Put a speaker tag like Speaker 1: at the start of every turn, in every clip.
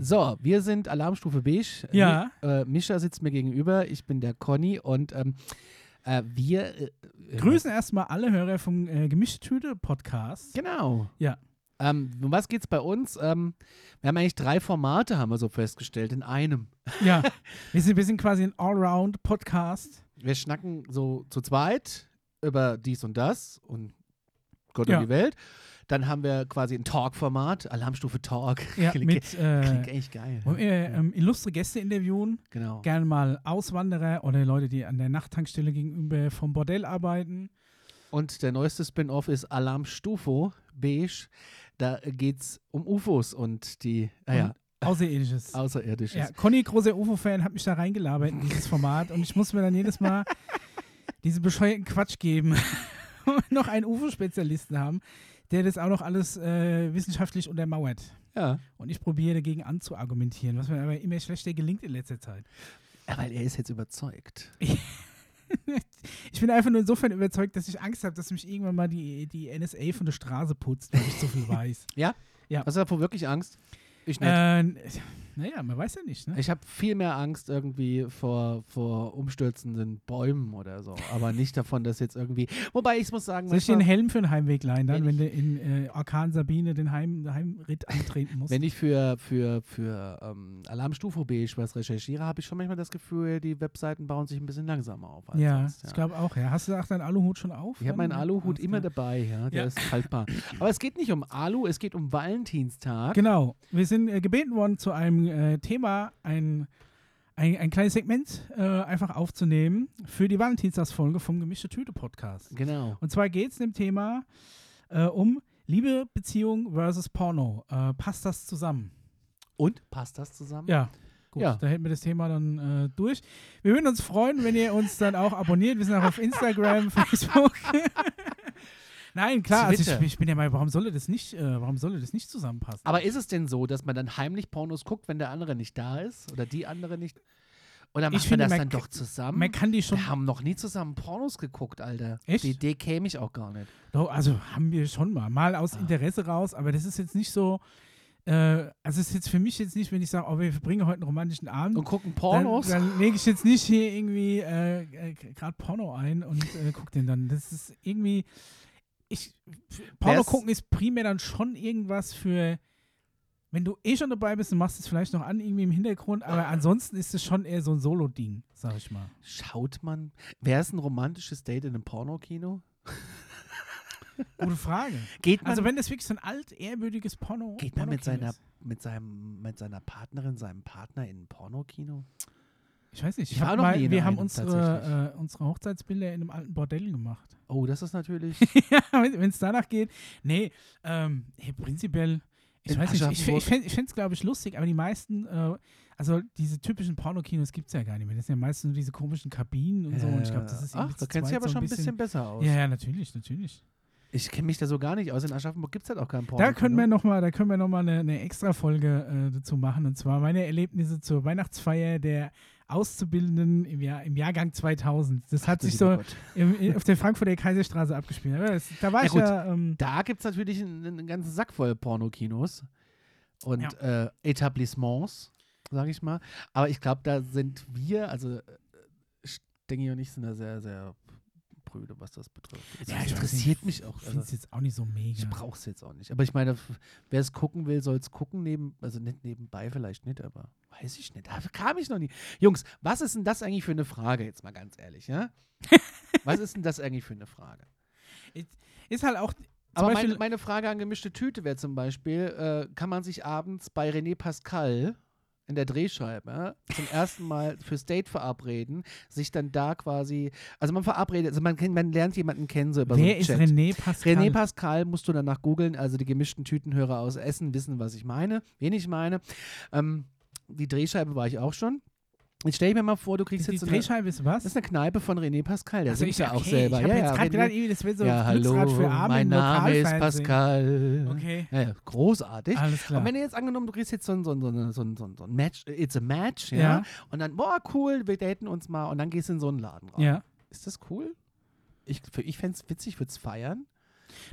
Speaker 1: So, wir sind Alarmstufe Beige.
Speaker 2: Ja.
Speaker 1: Mi äh, Mischa sitzt mir gegenüber. Ich bin der Conny und ähm, äh, wir. Äh, äh,
Speaker 2: Grüßen erstmal alle Hörer vom äh, Gemischtüte-Podcast.
Speaker 1: Genau.
Speaker 2: Ja.
Speaker 1: Ähm, um was geht's bei uns? Ähm, wir haben eigentlich drei Formate, haben wir so festgestellt, in einem.
Speaker 2: Ja. Wir sind, wir sind quasi ein Allround-Podcast.
Speaker 1: Wir schnacken so zu zweit über dies und das und Gott
Speaker 2: Ja.
Speaker 1: und die Welt. Dann haben wir quasi ein Talk-Format, Alarmstufe Talk.
Speaker 2: Ja,
Speaker 1: klingt,
Speaker 2: mit
Speaker 1: klingt
Speaker 2: äh,
Speaker 1: echt geil.
Speaker 2: wollen wir, ähm, illustre Gäste interviewen.
Speaker 1: Genau.
Speaker 2: Gerne mal Auswanderer oder Leute, die an der Nachttankstelle gegenüber vom Bordell arbeiten.
Speaker 1: Und der neueste Spin-off ist Alarmstufo Beige. Da geht's um UFOs und die naja,
Speaker 2: Ah, Außerirdisches.
Speaker 1: Außerirdisches.
Speaker 2: Ja, Conny, großer UFO-Fan, hat mich da reingelabert in dieses Format und ich muss mir dann jedes Mal diesen bescheuerten Quatsch geben und noch einen UFO-Spezialisten haben, der das auch noch alles äh, wissenschaftlich untermauert.
Speaker 1: Ja.
Speaker 2: Und ich probiere dagegen anzuargumentieren, was mir aber immer schlechter gelingt in letzter Zeit.
Speaker 1: ja, weil er ist jetzt überzeugt.
Speaker 2: Ich bin einfach nur insofern überzeugt, dass ich Angst habe, dass mich irgendwann mal die, die NSA von der Straße putzt, weil ich zu viel weiß.
Speaker 1: Hast du davor wirklich Angst? Ich nicht.
Speaker 2: äh, naja, man weiß ja nicht, ne?
Speaker 1: Ich habe viel mehr Angst irgendwie vor, vor umstürzenden Bäumen oder so. Aber nicht davon, dass jetzt irgendwie. Wobei ich muss sagen,
Speaker 2: Soll ich dir einen
Speaker 1: manchmal,
Speaker 2: Helm für den Heimweg leihen, dann,
Speaker 1: Wenn
Speaker 2: wenn du in äh, Orkan Sabine den Heim, Heimritt antreten musst?
Speaker 1: wenn ich für, für, für ähm, Alarmstufe Beige was recherchiere, habe ich schon manchmal das Gefühl, die Webseiten bauen sich ein bisschen langsamer auf. als
Speaker 2: ja,
Speaker 1: sonst,
Speaker 2: ich glaube auch, ja. Hast du auch deinen Aluhut schon auf?
Speaker 1: Ich habe meinen
Speaker 2: Dann-
Speaker 1: Aluhut
Speaker 2: Hm, Alles
Speaker 1: immer
Speaker 2: klar.
Speaker 1: dabei, ja, der
Speaker 2: Ja.
Speaker 1: ist haltbar. Aber es geht nicht um Alu, es geht um Valentinstag.
Speaker 2: Genau. Wir sind äh, gebeten worden, zu einem äh, Thema ein, ein, ein kleines Segment äh, einfach aufzunehmen für die Valentinstagsfolge vom Gemischte Tüte Podcast.
Speaker 1: Genau.
Speaker 2: Und zwar geht es in dem Thema äh, um Liebe, Beziehung versus Porno. Äh, passt das zusammen?
Speaker 1: Und passt das zusammen?
Speaker 2: Ja. Gut,
Speaker 1: Mhm. Ja.
Speaker 2: da hätten wir das Thema dann äh, durch. Wir würden uns freuen, wenn ihr uns dann auch abonniert. Wir sind auch auf Instagram, Facebook. Nein, klar, also ich,
Speaker 1: Twitter.
Speaker 2: ich bin der Meinung, warum soll das nicht, äh, warum soll das nicht zusammenpassen?
Speaker 1: Aber ist es denn so, dass man dann heimlich Pornos guckt, wenn der andere nicht da ist oder die andere nicht? Oder macht man
Speaker 2: finde,
Speaker 1: das
Speaker 2: man
Speaker 1: dann
Speaker 2: k-
Speaker 1: doch zusammen?
Speaker 2: man kann die schon,
Speaker 1: ähm, Wir haben noch nie zusammen Pornos geguckt, Alter.
Speaker 2: Echt?
Speaker 1: Die Idee käme ich auch gar nicht.
Speaker 2: Doch, also haben wir schon mal, mal aus
Speaker 1: Ah.
Speaker 2: Interesse raus, aber das ist jetzt nicht so, äh, also ist jetzt für mich jetzt nicht, wenn ich sage, oh, wir verbringen heute einen romantischen Abend,
Speaker 1: Und gucken Pornos?
Speaker 2: Dann, dann lege ich jetzt nicht hier irgendwie äh, äh, gerade Porno ein und äh, guck den dann. Das ist irgendwie. Ich, Porno
Speaker 1: Wär's-
Speaker 2: gucken ist primär dann schon irgendwas für. Wenn du eh schon dabei bist, dann machst du es vielleicht noch an, irgendwie im Hintergrund,
Speaker 1: Ah.
Speaker 2: aber ansonsten ist es schon eher so ein Solo-Ding, sag ich mal.
Speaker 1: Schaut man. Wäre es ein romantisches Date in einem Pornokino?
Speaker 2: Gute Frage.
Speaker 1: Geht man,
Speaker 2: Also, wenn das wirklich so ein alt, ehrwürdiges Porno
Speaker 1: geht man mit,
Speaker 2: Pornokino
Speaker 1: seiner,
Speaker 2: ist.
Speaker 1: mit, seinem, mit seiner Partnerin, seinem Partner in ein Pornokino?
Speaker 2: Ich weiß nicht,
Speaker 1: Ich war
Speaker 2: hab
Speaker 1: noch nie in
Speaker 2: wir haben
Speaker 1: einem
Speaker 2: unsere, äh, unsere Hochzeitsbilder in einem alten Bordell gemacht.
Speaker 1: Oh, das ist natürlich.
Speaker 2: wenn es danach geht. Nee, ähm, hey, prinzipiell, ich
Speaker 1: In
Speaker 2: weiß nicht, ich,
Speaker 1: Aschaffenburg.
Speaker 2: ich fände es, glaube ich, lustig, aber die meisten, äh, also diese typischen Pornokinos gibt es ja gar nicht mehr. Das sind ja meistens nur diese komischen Kabinen und so. Und ich glaube, das ist
Speaker 1: Äh, Ach,
Speaker 2: irgendwie
Speaker 1: du
Speaker 2: zu
Speaker 1: kennst dich
Speaker 2: zweit
Speaker 1: aber
Speaker 2: so
Speaker 1: schon ein bisschen, besser aus.
Speaker 2: Ja, ja, natürlich, natürlich.
Speaker 1: Ich kenne mich da so gar nicht aus. In Aschaffenburg gibt es halt auch keinen Porno.
Speaker 2: Da können wir nochmal, da können wir noch mal eine, eine extra Folge äh, dazu machen. Und zwar meine Erlebnisse zur Weihnachtsfeier der Auszubildenden im, Jahr, im Jahrgang 2000. Das hat sich so im, auf der Frankfurter Kaiserstraße abgespielt. Aber das, da war
Speaker 1: Ja,
Speaker 2: ich
Speaker 1: gut.
Speaker 2: ja. Ähm,
Speaker 1: Da gibt es natürlich einen, einen ganzen Sack voll Pornokinos und äh, Etablissements, sage ich mal. Aber ich glaube, da sind wir, also äh, Stengi und ich sind da sehr, sehr prüde, was das betrifft. Es
Speaker 2: Ja, ich weiß
Speaker 1: interessiert mich auch.
Speaker 2: ich finde
Speaker 1: Also,
Speaker 2: es jetzt auch nicht so mega.
Speaker 1: ich brauche es jetzt auch nicht. Aber ich meine, f- wer es gucken will, soll es gucken, neben, also nicht nebenbei vielleicht nicht, aber weiß ich nicht. Da kam ich noch nie. Jungs, was ist denn das eigentlich für eine Frage, jetzt mal ganz ehrlich, ja? was ist denn das eigentlich für eine Frage?
Speaker 2: Ist halt auch. Zum
Speaker 1: Aber meine,
Speaker 2: Beispiel,
Speaker 1: meine Frage an gemischte Tüte wäre zum Beispiel, äh, kann man sich abends bei René Pascal in der Drehscheibe zum ersten Mal fürs Date verabreden, sich dann da quasi, also man verabredet, also man, kennt, man lernt jemanden kennen so über so
Speaker 2: wer
Speaker 1: einen
Speaker 2: ist
Speaker 1: Chat.
Speaker 2: René Pascal?
Speaker 1: René Pascal musst du danach googeln, also die gemischten Tütenhörer aus Essen wissen, was ich meine, wen ich meine. Ähm, die Drehscheibe war ich auch schon. Jetzt stell ich mir mal vor, du kriegst
Speaker 2: Ist die
Speaker 1: jetzt so eine,
Speaker 2: Drehscheibe ist was?
Speaker 1: das ist eine Kneipe von René Pascal, der
Speaker 2: Also
Speaker 1: singt ja auch
Speaker 2: okay,
Speaker 1: selber.
Speaker 2: Ich hab
Speaker 1: ja,
Speaker 2: jetzt
Speaker 1: ja,
Speaker 2: gerade
Speaker 1: René-
Speaker 2: gedacht, irgendwie, das wäre so
Speaker 1: ja,
Speaker 2: ein Glücksrad
Speaker 1: hallo,
Speaker 2: für Arme
Speaker 1: mein
Speaker 2: im
Speaker 1: Name ist
Speaker 2: Lokalfernsehen.
Speaker 1: Pascal.
Speaker 2: Okay,
Speaker 1: Ja, ja, großartig.
Speaker 2: alles klar.
Speaker 1: Und wenn du jetzt angenommen, du kriegst jetzt so ein, so ein, so ein, so ein, so ein- so ein Match, äh, it's a match, ja?
Speaker 2: Ja.
Speaker 1: Und dann, boah, cool, wir daten uns mal und dann gehst du in so einen Laden rein.
Speaker 2: ja.
Speaker 1: Ist das cool? Ich, für- ich fände es witzig, würde es feiern.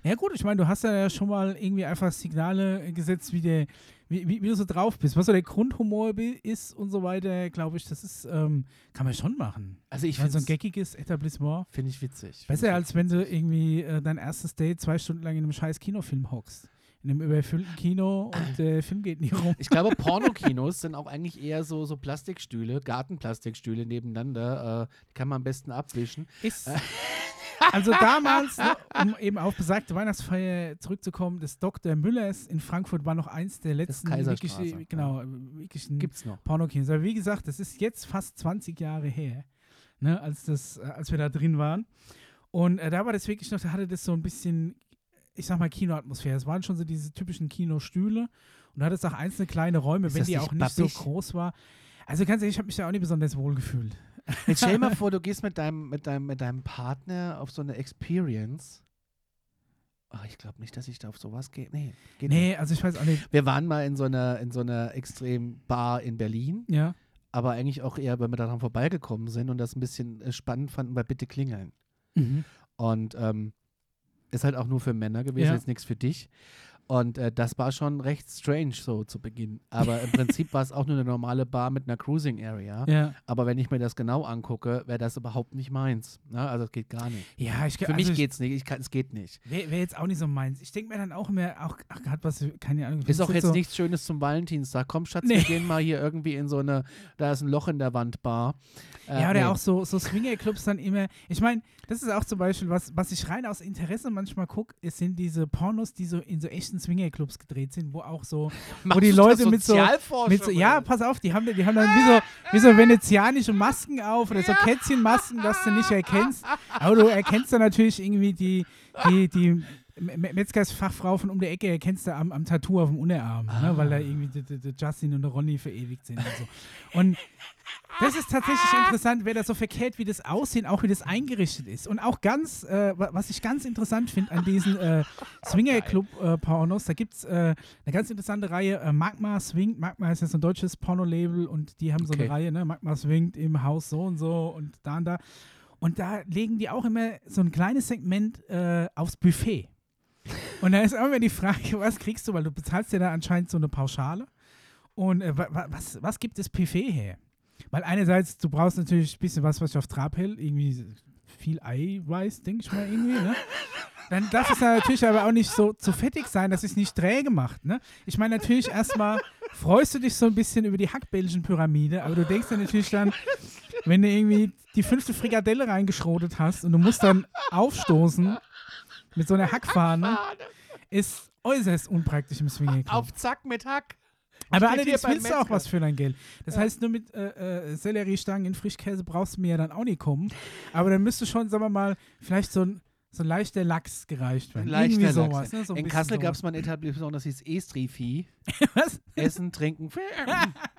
Speaker 2: Ja gut, ich meine, du hast ja schon mal irgendwie einfach Signale gesetzt, wie, der, wie, wie, wie du so drauf bist, was so der Grundhumor bi- ist und so weiter, glaube ich, das ist, ähm, kann man schon machen.
Speaker 1: Also ich
Speaker 2: Ich meine, so ein
Speaker 1: finde
Speaker 2: geckiges Etablissement.
Speaker 1: find ich witzig.
Speaker 2: Besser als wenn du irgendwie äh, dein erstes Date zwei Stunden lang in einem scheiß Kinofilm hockst. In einem überfüllten Kino und der Film geht nie rum.
Speaker 1: Ich glaube, Pornokinos sind auch eigentlich eher so, so Plastikstühle, Gartenplastikstühle nebeneinander. Äh, die kann man am besten abwischen.
Speaker 2: Ist. Also damals, ne, um eben auf besagte Weihnachtsfeier zurückzukommen, des Dr. Müllers in Frankfurt war noch eins der letzten wirklich,
Speaker 1: Kaiserstraße, ja.
Speaker 2: genau, wirklichen
Speaker 1: Gibt's noch.
Speaker 2: Pornokinos. Aber wie gesagt, das ist jetzt fast 20 Jahre her, ne, als, das, äh, als wir da drin waren. Und äh, da war das wirklich noch, da hatte das so ein bisschen, ich sag mal, Kinoatmosphäre. Es waren schon so diese typischen Kinostühle und da hatte es auch einzelne kleine Räume,
Speaker 1: Ist
Speaker 2: wenn
Speaker 1: das
Speaker 2: die
Speaker 1: nicht
Speaker 2: auch nicht so
Speaker 1: bappig?
Speaker 2: groß war. Also ganz ehrlich, ich habe mich da auch nicht besonders wohl gefühlt.
Speaker 1: Jetzt stell dir mal vor, du gehst mit deinem, mit deinem, mit deinem Partner auf so eine Experience. Ach, ich glaube nicht, dass ich da auf sowas gehe. Nee, geht nicht.
Speaker 2: Nee, also ich weiß auch nicht.
Speaker 1: Wir waren mal in so einer, in so einer extremen Bar in Berlin,
Speaker 2: Ja.
Speaker 1: aber eigentlich auch eher, weil wir daran vorbeigekommen sind und das ein bisschen äh, spannend fanden bei Bitte klingeln. Mhm. Und ähm, ist halt auch nur für Männer gewesen,
Speaker 2: Ja.
Speaker 1: jetzt nichts für dich. Und äh, das war schon recht strange so zu Beginn. Aber im Prinzip war es auch nur eine normale Bar mit einer Cruising Area.
Speaker 2: Ja.
Speaker 1: Aber wenn ich mir das genau angucke, wäre das überhaupt nicht meins. Ne? Also es geht gar nicht.
Speaker 2: Ja, ich
Speaker 1: Für
Speaker 2: also
Speaker 1: mich
Speaker 2: ich-
Speaker 1: geht's nicht. Ich kann, es geht nicht.
Speaker 2: Wäre wär jetzt auch nicht so meins. Ich denke mir dann auch mehr, auch, ach, hat was, keine Ahnung.
Speaker 1: Ist auch
Speaker 2: findest
Speaker 1: jetzt
Speaker 2: du so,
Speaker 1: nichts Schönes zum Valentinstag. Komm, Schatz,
Speaker 2: Nee.
Speaker 1: wir gehen mal hier irgendwie in so eine, da ist ein Loch in der Wand Bar. Äh,
Speaker 2: Ja, oder
Speaker 1: nee.
Speaker 2: auch so, so Swingerclubs dann immer. Ich meine, das ist auch zum Beispiel, was, was ich rein aus Interesse manchmal gucke, sind diese Pornos, die so in so echten Swingerclubs gedreht sind, wo auch so, wo
Speaker 1: Machst
Speaker 2: die
Speaker 1: du
Speaker 2: Leute
Speaker 1: da
Speaker 2: mit so,
Speaker 1: Sozialforschung
Speaker 2: mit so, ja,
Speaker 1: oder
Speaker 2: pass auf, die haben, die haben dann wie so, wie so venezianische Masken auf oder so Kätzchenmasken, dass du nicht erkennst. Aber du erkennst dann natürlich irgendwie die, die, die Me- Me- Metzgersfachfrau von um der Ecke erkennst du am, am Tattoo auf dem Unterarm, ne,
Speaker 1: Ah.
Speaker 2: weil da irgendwie die- die- die Justin und der Ronny verewigt sind und so. Und das ist tatsächlich interessant, wer das so verkehrt, wie das Aussehen, auch wie das eingerichtet ist. Und auch ganz, äh, wa- was ich ganz interessant finde an diesen äh, Swinger-Club-Pornos, da gibt es äh, eine ganz interessante Reihe, äh, Magma Swingt. Magma ist jetzt ein deutsches Porno-Label und die haben so
Speaker 1: Okay.
Speaker 2: eine Reihe, ne? Magma Swingt im Haus so und so und da und da. Und da legen die auch immer so ein kleines Segment äh, aufs Buffet. Und da ist auch immer die Frage, was kriegst du, weil du bezahlst ja da anscheinend so eine Pauschale. Und äh, wa, wa, was, was gibt das Buffet her? Weil einerseits, du brauchst natürlich ein bisschen was, was dich auf Trab hält, irgendwie viel Eiweiß, denke ich mal irgendwie, ne? Dann darf es ja natürlich aber auch nicht so zu fettig sein, dass es nicht träge macht, ne? Ich meine, natürlich erstmal freust du dich so ein bisschen über die Hackbällchen-Pyramide, aber du denkst dann natürlich dann, wenn du irgendwie die fünfte Frikadelle reingeschrotet hast und du musst dann aufstoßen mit so einer Hackfahne, ist äußerst unpraktisch im Swingerclub.
Speaker 1: Auf Zack mit Hack.
Speaker 2: Aber
Speaker 1: Steht
Speaker 2: allerdings
Speaker 1: hier beim
Speaker 2: willst du auch
Speaker 1: Metzger.
Speaker 2: was für dein Geld. Das heißt, nur mit äh, äh, Selleriestangen in Frischkäse brauchst du mir ja dann auch nicht kommen. Aber dann müsste schon, sagen wir mal, vielleicht so ein, so ein leichter Lachs gereicht werden. Irgendwie
Speaker 1: Leichter
Speaker 2: sowas.
Speaker 1: Lachs.
Speaker 2: Ne? So ein
Speaker 1: In
Speaker 2: bisschen
Speaker 1: Kassel
Speaker 2: sowas.
Speaker 1: gab es mal ein Etablissement, das hieß Estrifi.
Speaker 2: Was?
Speaker 1: Essen, Trinken.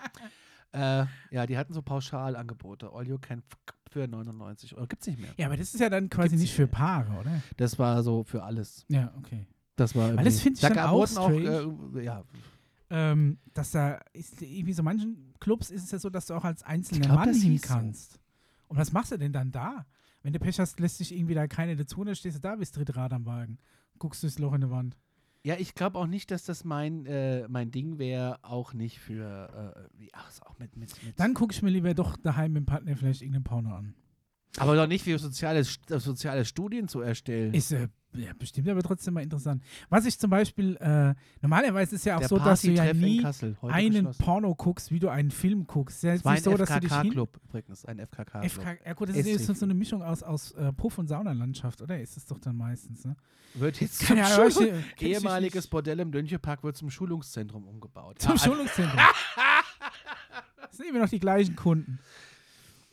Speaker 1: äh, ja, die hatten so Pauschalangebote. All you can f- für 99 Euro. Gibt's nicht mehr.
Speaker 2: Ja, aber das ist ja dann quasi
Speaker 1: Gibt's
Speaker 2: nicht für Paare, oder?
Speaker 1: Das war so für alles.
Speaker 2: Ja, okay.
Speaker 1: Das war
Speaker 2: Weil das
Speaker 1: irgendwie-
Speaker 2: find ich
Speaker 1: da
Speaker 2: dann
Speaker 1: gab-
Speaker 2: auch
Speaker 1: wurden äh, ja,
Speaker 2: Ähm, dass da ist irgendwie so manchen Clubs ist es ja so, dass du auch als einzelner
Speaker 1: glaub,
Speaker 2: Mann
Speaker 1: das
Speaker 2: hin
Speaker 1: hieß so.
Speaker 2: kannst. Und was machst du denn dann da? Wenn du Pech hast, lässt sich irgendwie da keiner dazu und dann stehst du da, bist Drittrad am Wagen. Guckst durchs Loch in die Wand.
Speaker 1: ja, ich glaube auch nicht, dass das mein, äh, mein Ding wäre, auch nicht für äh, wie- ach, ist auch mit, mit, mit.
Speaker 2: Dann gucke ich mir lieber doch daheim mit dem Partner vielleicht irgendeinen Porno an.
Speaker 1: aber doch nicht für soziale, St- äh, soziale Studien zu erstellen.
Speaker 2: Ist äh, ja, bestimmt aber trotzdem mal interessant. Was ich zum Beispiel, äh, normalerweise ist ja auch
Speaker 1: Der
Speaker 2: so, dass du ja
Speaker 1: Party-Treff in
Speaker 2: nie
Speaker 1: Kassel, heute
Speaker 2: einen
Speaker 1: geschlossen.
Speaker 2: Porno guckst, wie du einen Film guckst. Es ist
Speaker 1: war ein
Speaker 2: ja jetzt nicht so, dass du dich hin...
Speaker 1: FKK-Club übrigens, ein FKK-Club.
Speaker 2: FK, ja gut, das ist,
Speaker 1: Ist
Speaker 2: ist so eine Mischung aus, aus äh, Puff- und Saunalandschaft, oder? Ist es doch dann meistens, ne?
Speaker 1: Wird jetzt zum
Speaker 2: Keine Ahnung,
Speaker 1: Schulung-
Speaker 2: ich- kenn ich nicht.
Speaker 1: ehemaliges Bordell im Dönchepark wird zum Schulungszentrum umgebaut. Ah,
Speaker 2: Zum
Speaker 1: Ja,
Speaker 2: Schulungszentrum. Das sind immer noch die gleichen Kunden.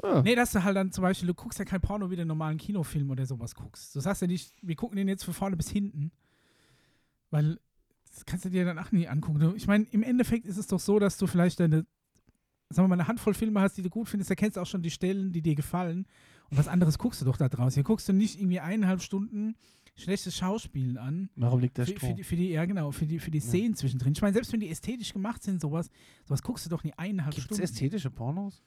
Speaker 1: Ah.
Speaker 2: Nee, dass du halt dann zum Beispiel, du guckst ja kein Porno wie den normalen Kinofilm oder sowas guckst. Du sagst ja nicht, wir gucken den jetzt von vorne bis hinten. Weil das kannst du dir dann auch nie angucken. Du, ich meine, im Endeffekt ist es doch so, dass du vielleicht deine, sagen wir mal, eine Handvoll Filme hast, die du gut findest, da kennst du auch schon die Stellen, die dir gefallen. Und was anderes guckst du doch da draus. Hier guckst du nicht irgendwie eineinhalb Stunden schlechtes Schauspielen an.
Speaker 1: Warum liegt der
Speaker 2: Für, für,
Speaker 1: Strom?
Speaker 2: die, für die, ja genau, für die, für die Szenen zwischendrin. Ich meine, selbst wenn die ästhetisch gemacht sind, sowas, sowas guckst du doch nie eineinhalb
Speaker 1: Gibt es
Speaker 2: Stunden.
Speaker 1: ästhetische Pornos?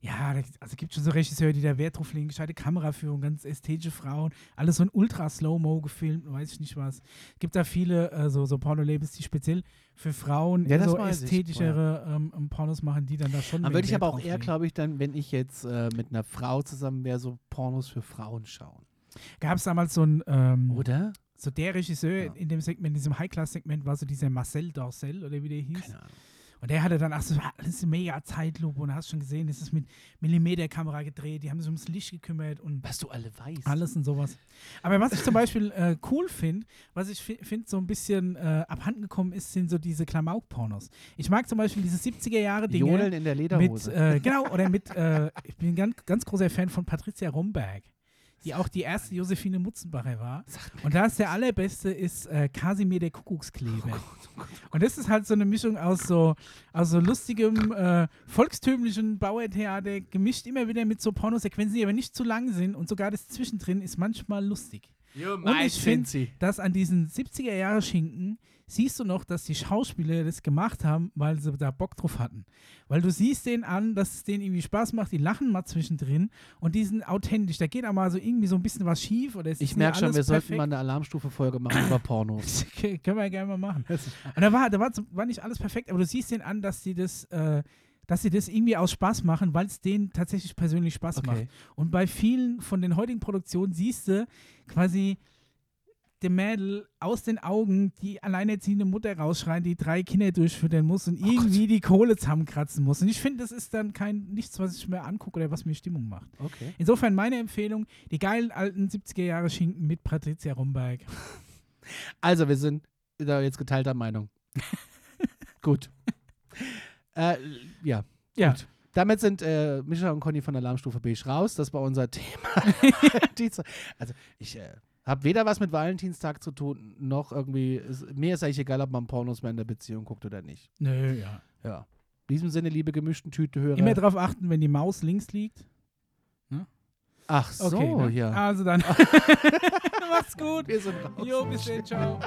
Speaker 2: Ja, da- also gibt schon so Regisseure, die da Wert drauf legen, gescheite Kameraführung, ganz ästhetische Frauen, alles so in ultra-slow-mo gefilmt, und weiß ich nicht was. Gibt da viele äh, so, so Porno-Labels, die speziell für Frauen
Speaker 1: Ja, das
Speaker 2: so
Speaker 1: weiß ich,
Speaker 2: ästhetischere ähm, ähm, Pornos machen, die dann da schon
Speaker 1: Dann
Speaker 2: mehr
Speaker 1: würde ich
Speaker 2: Wert
Speaker 1: aber auch
Speaker 2: drauf
Speaker 1: eher,
Speaker 2: legen.
Speaker 1: glaube ich, dann, wenn ich jetzt äh, mit einer Frau zusammen wäre, so Pornos für Frauen schauen.
Speaker 2: Gab es damals so ein, ähm,
Speaker 1: Oder?
Speaker 2: so der Regisseur
Speaker 1: Ja.
Speaker 2: in dem Segment, in diesem High-Class-Segment war so dieser Marcel Dorcel oder wie der hieß.
Speaker 1: Keine Ahnung.
Speaker 2: Und der hatte dann, ach, das war alles mega Zeitlupe und hast schon gesehen, das ist mit Millimeterkamera gedreht, die haben sich ums Licht gekümmert und
Speaker 1: Was du alle weißt.
Speaker 2: Alles und sowas. Aber was ich zum Beispiel äh, cool finde, was ich finde so ein bisschen äh, abhanden gekommen ist, sind so diese Klamauk-Pornos. Ich mag zum Beispiel diese 70er-Jahre-Dinge
Speaker 1: Jodeln in der
Speaker 2: mit,
Speaker 1: Lederhose.
Speaker 2: äh, genau, oder mit, äh, ich bin ganz, ganz großer Fan von Patricia Romberg, die auch die erste Josephine Mutzenbacher war. Und da ist der allerbeste ist äh, Kasimir der Kuckuckskleber. Und das ist halt so eine Mischung aus so, aus so lustigem, äh, volkstümlichen Bauertheater, gemischt immer wieder mit so Pornosequenzen, die aber nicht zu lang sind und sogar das Zwischendrin ist manchmal lustig. Und ich finde, dass an diesen 70er-Jahre-Schinken siehst du noch, dass die Schauspieler das gemacht haben, weil sie da Bock drauf hatten. Weil du siehst denen an, dass es denen irgendwie Spaß macht, die lachen mal zwischendrin und die sind authentisch. Da geht auch mal so irgendwie so ein bisschen was schief oder es ist
Speaker 1: Ich
Speaker 2: nicht
Speaker 1: merke schon,
Speaker 2: alles
Speaker 1: wir
Speaker 2: perfekt.
Speaker 1: sollten mal eine Alarmstufe-Folge machen über Pornos.
Speaker 2: Okay, Können wir ja gerne mal machen. Und da war, da war, zum- war nicht alles perfekt, aber du siehst denen an, dass sie das, äh, dass sie das irgendwie aus Spaß machen, weil es denen tatsächlich persönlich Spaß
Speaker 1: Okay.
Speaker 2: macht. Und bei vielen von den heutigen Produktionen siehst du quasi dem Mädel aus den Augen die alleinerziehende Mutter rausschreien, die drei Kinder durchfüttern muss
Speaker 1: Oh
Speaker 2: und irgendwie die Kohle zusammenkratzen muss. Und ich finde, das ist dann kein nichts, was ich mir angucke oder was mir Stimmung macht.
Speaker 1: Okay.
Speaker 2: Insofern meine Empfehlung, die geilen alten 70er Jahre Schinken mit Patricia Romberg.
Speaker 1: Also, wir sind da jetzt geteilter Meinung. Gut. Äh, ja.
Speaker 2: Ja.
Speaker 1: Gut. Damit sind äh, Mischa und Conny von der Alarmstufe Beige raus. Das war unser Thema. Dienstag. also, ich äh, habe weder was mit Valentinstag zu tun, noch irgendwie. Es, mir ist eigentlich egal, ob man Pornos mal in der Beziehung guckt oder nicht.
Speaker 2: Nö, ja.
Speaker 1: Ja. In diesem Sinne, liebe gemischten Tütehörer.
Speaker 2: Immer darauf achten, wenn die Maus links liegt.
Speaker 1: Ach so,
Speaker 2: ne?
Speaker 1: ja.
Speaker 2: Also dann. Macht's gut.
Speaker 1: Wir sind raus.
Speaker 2: Jo, bis dann. Ciao.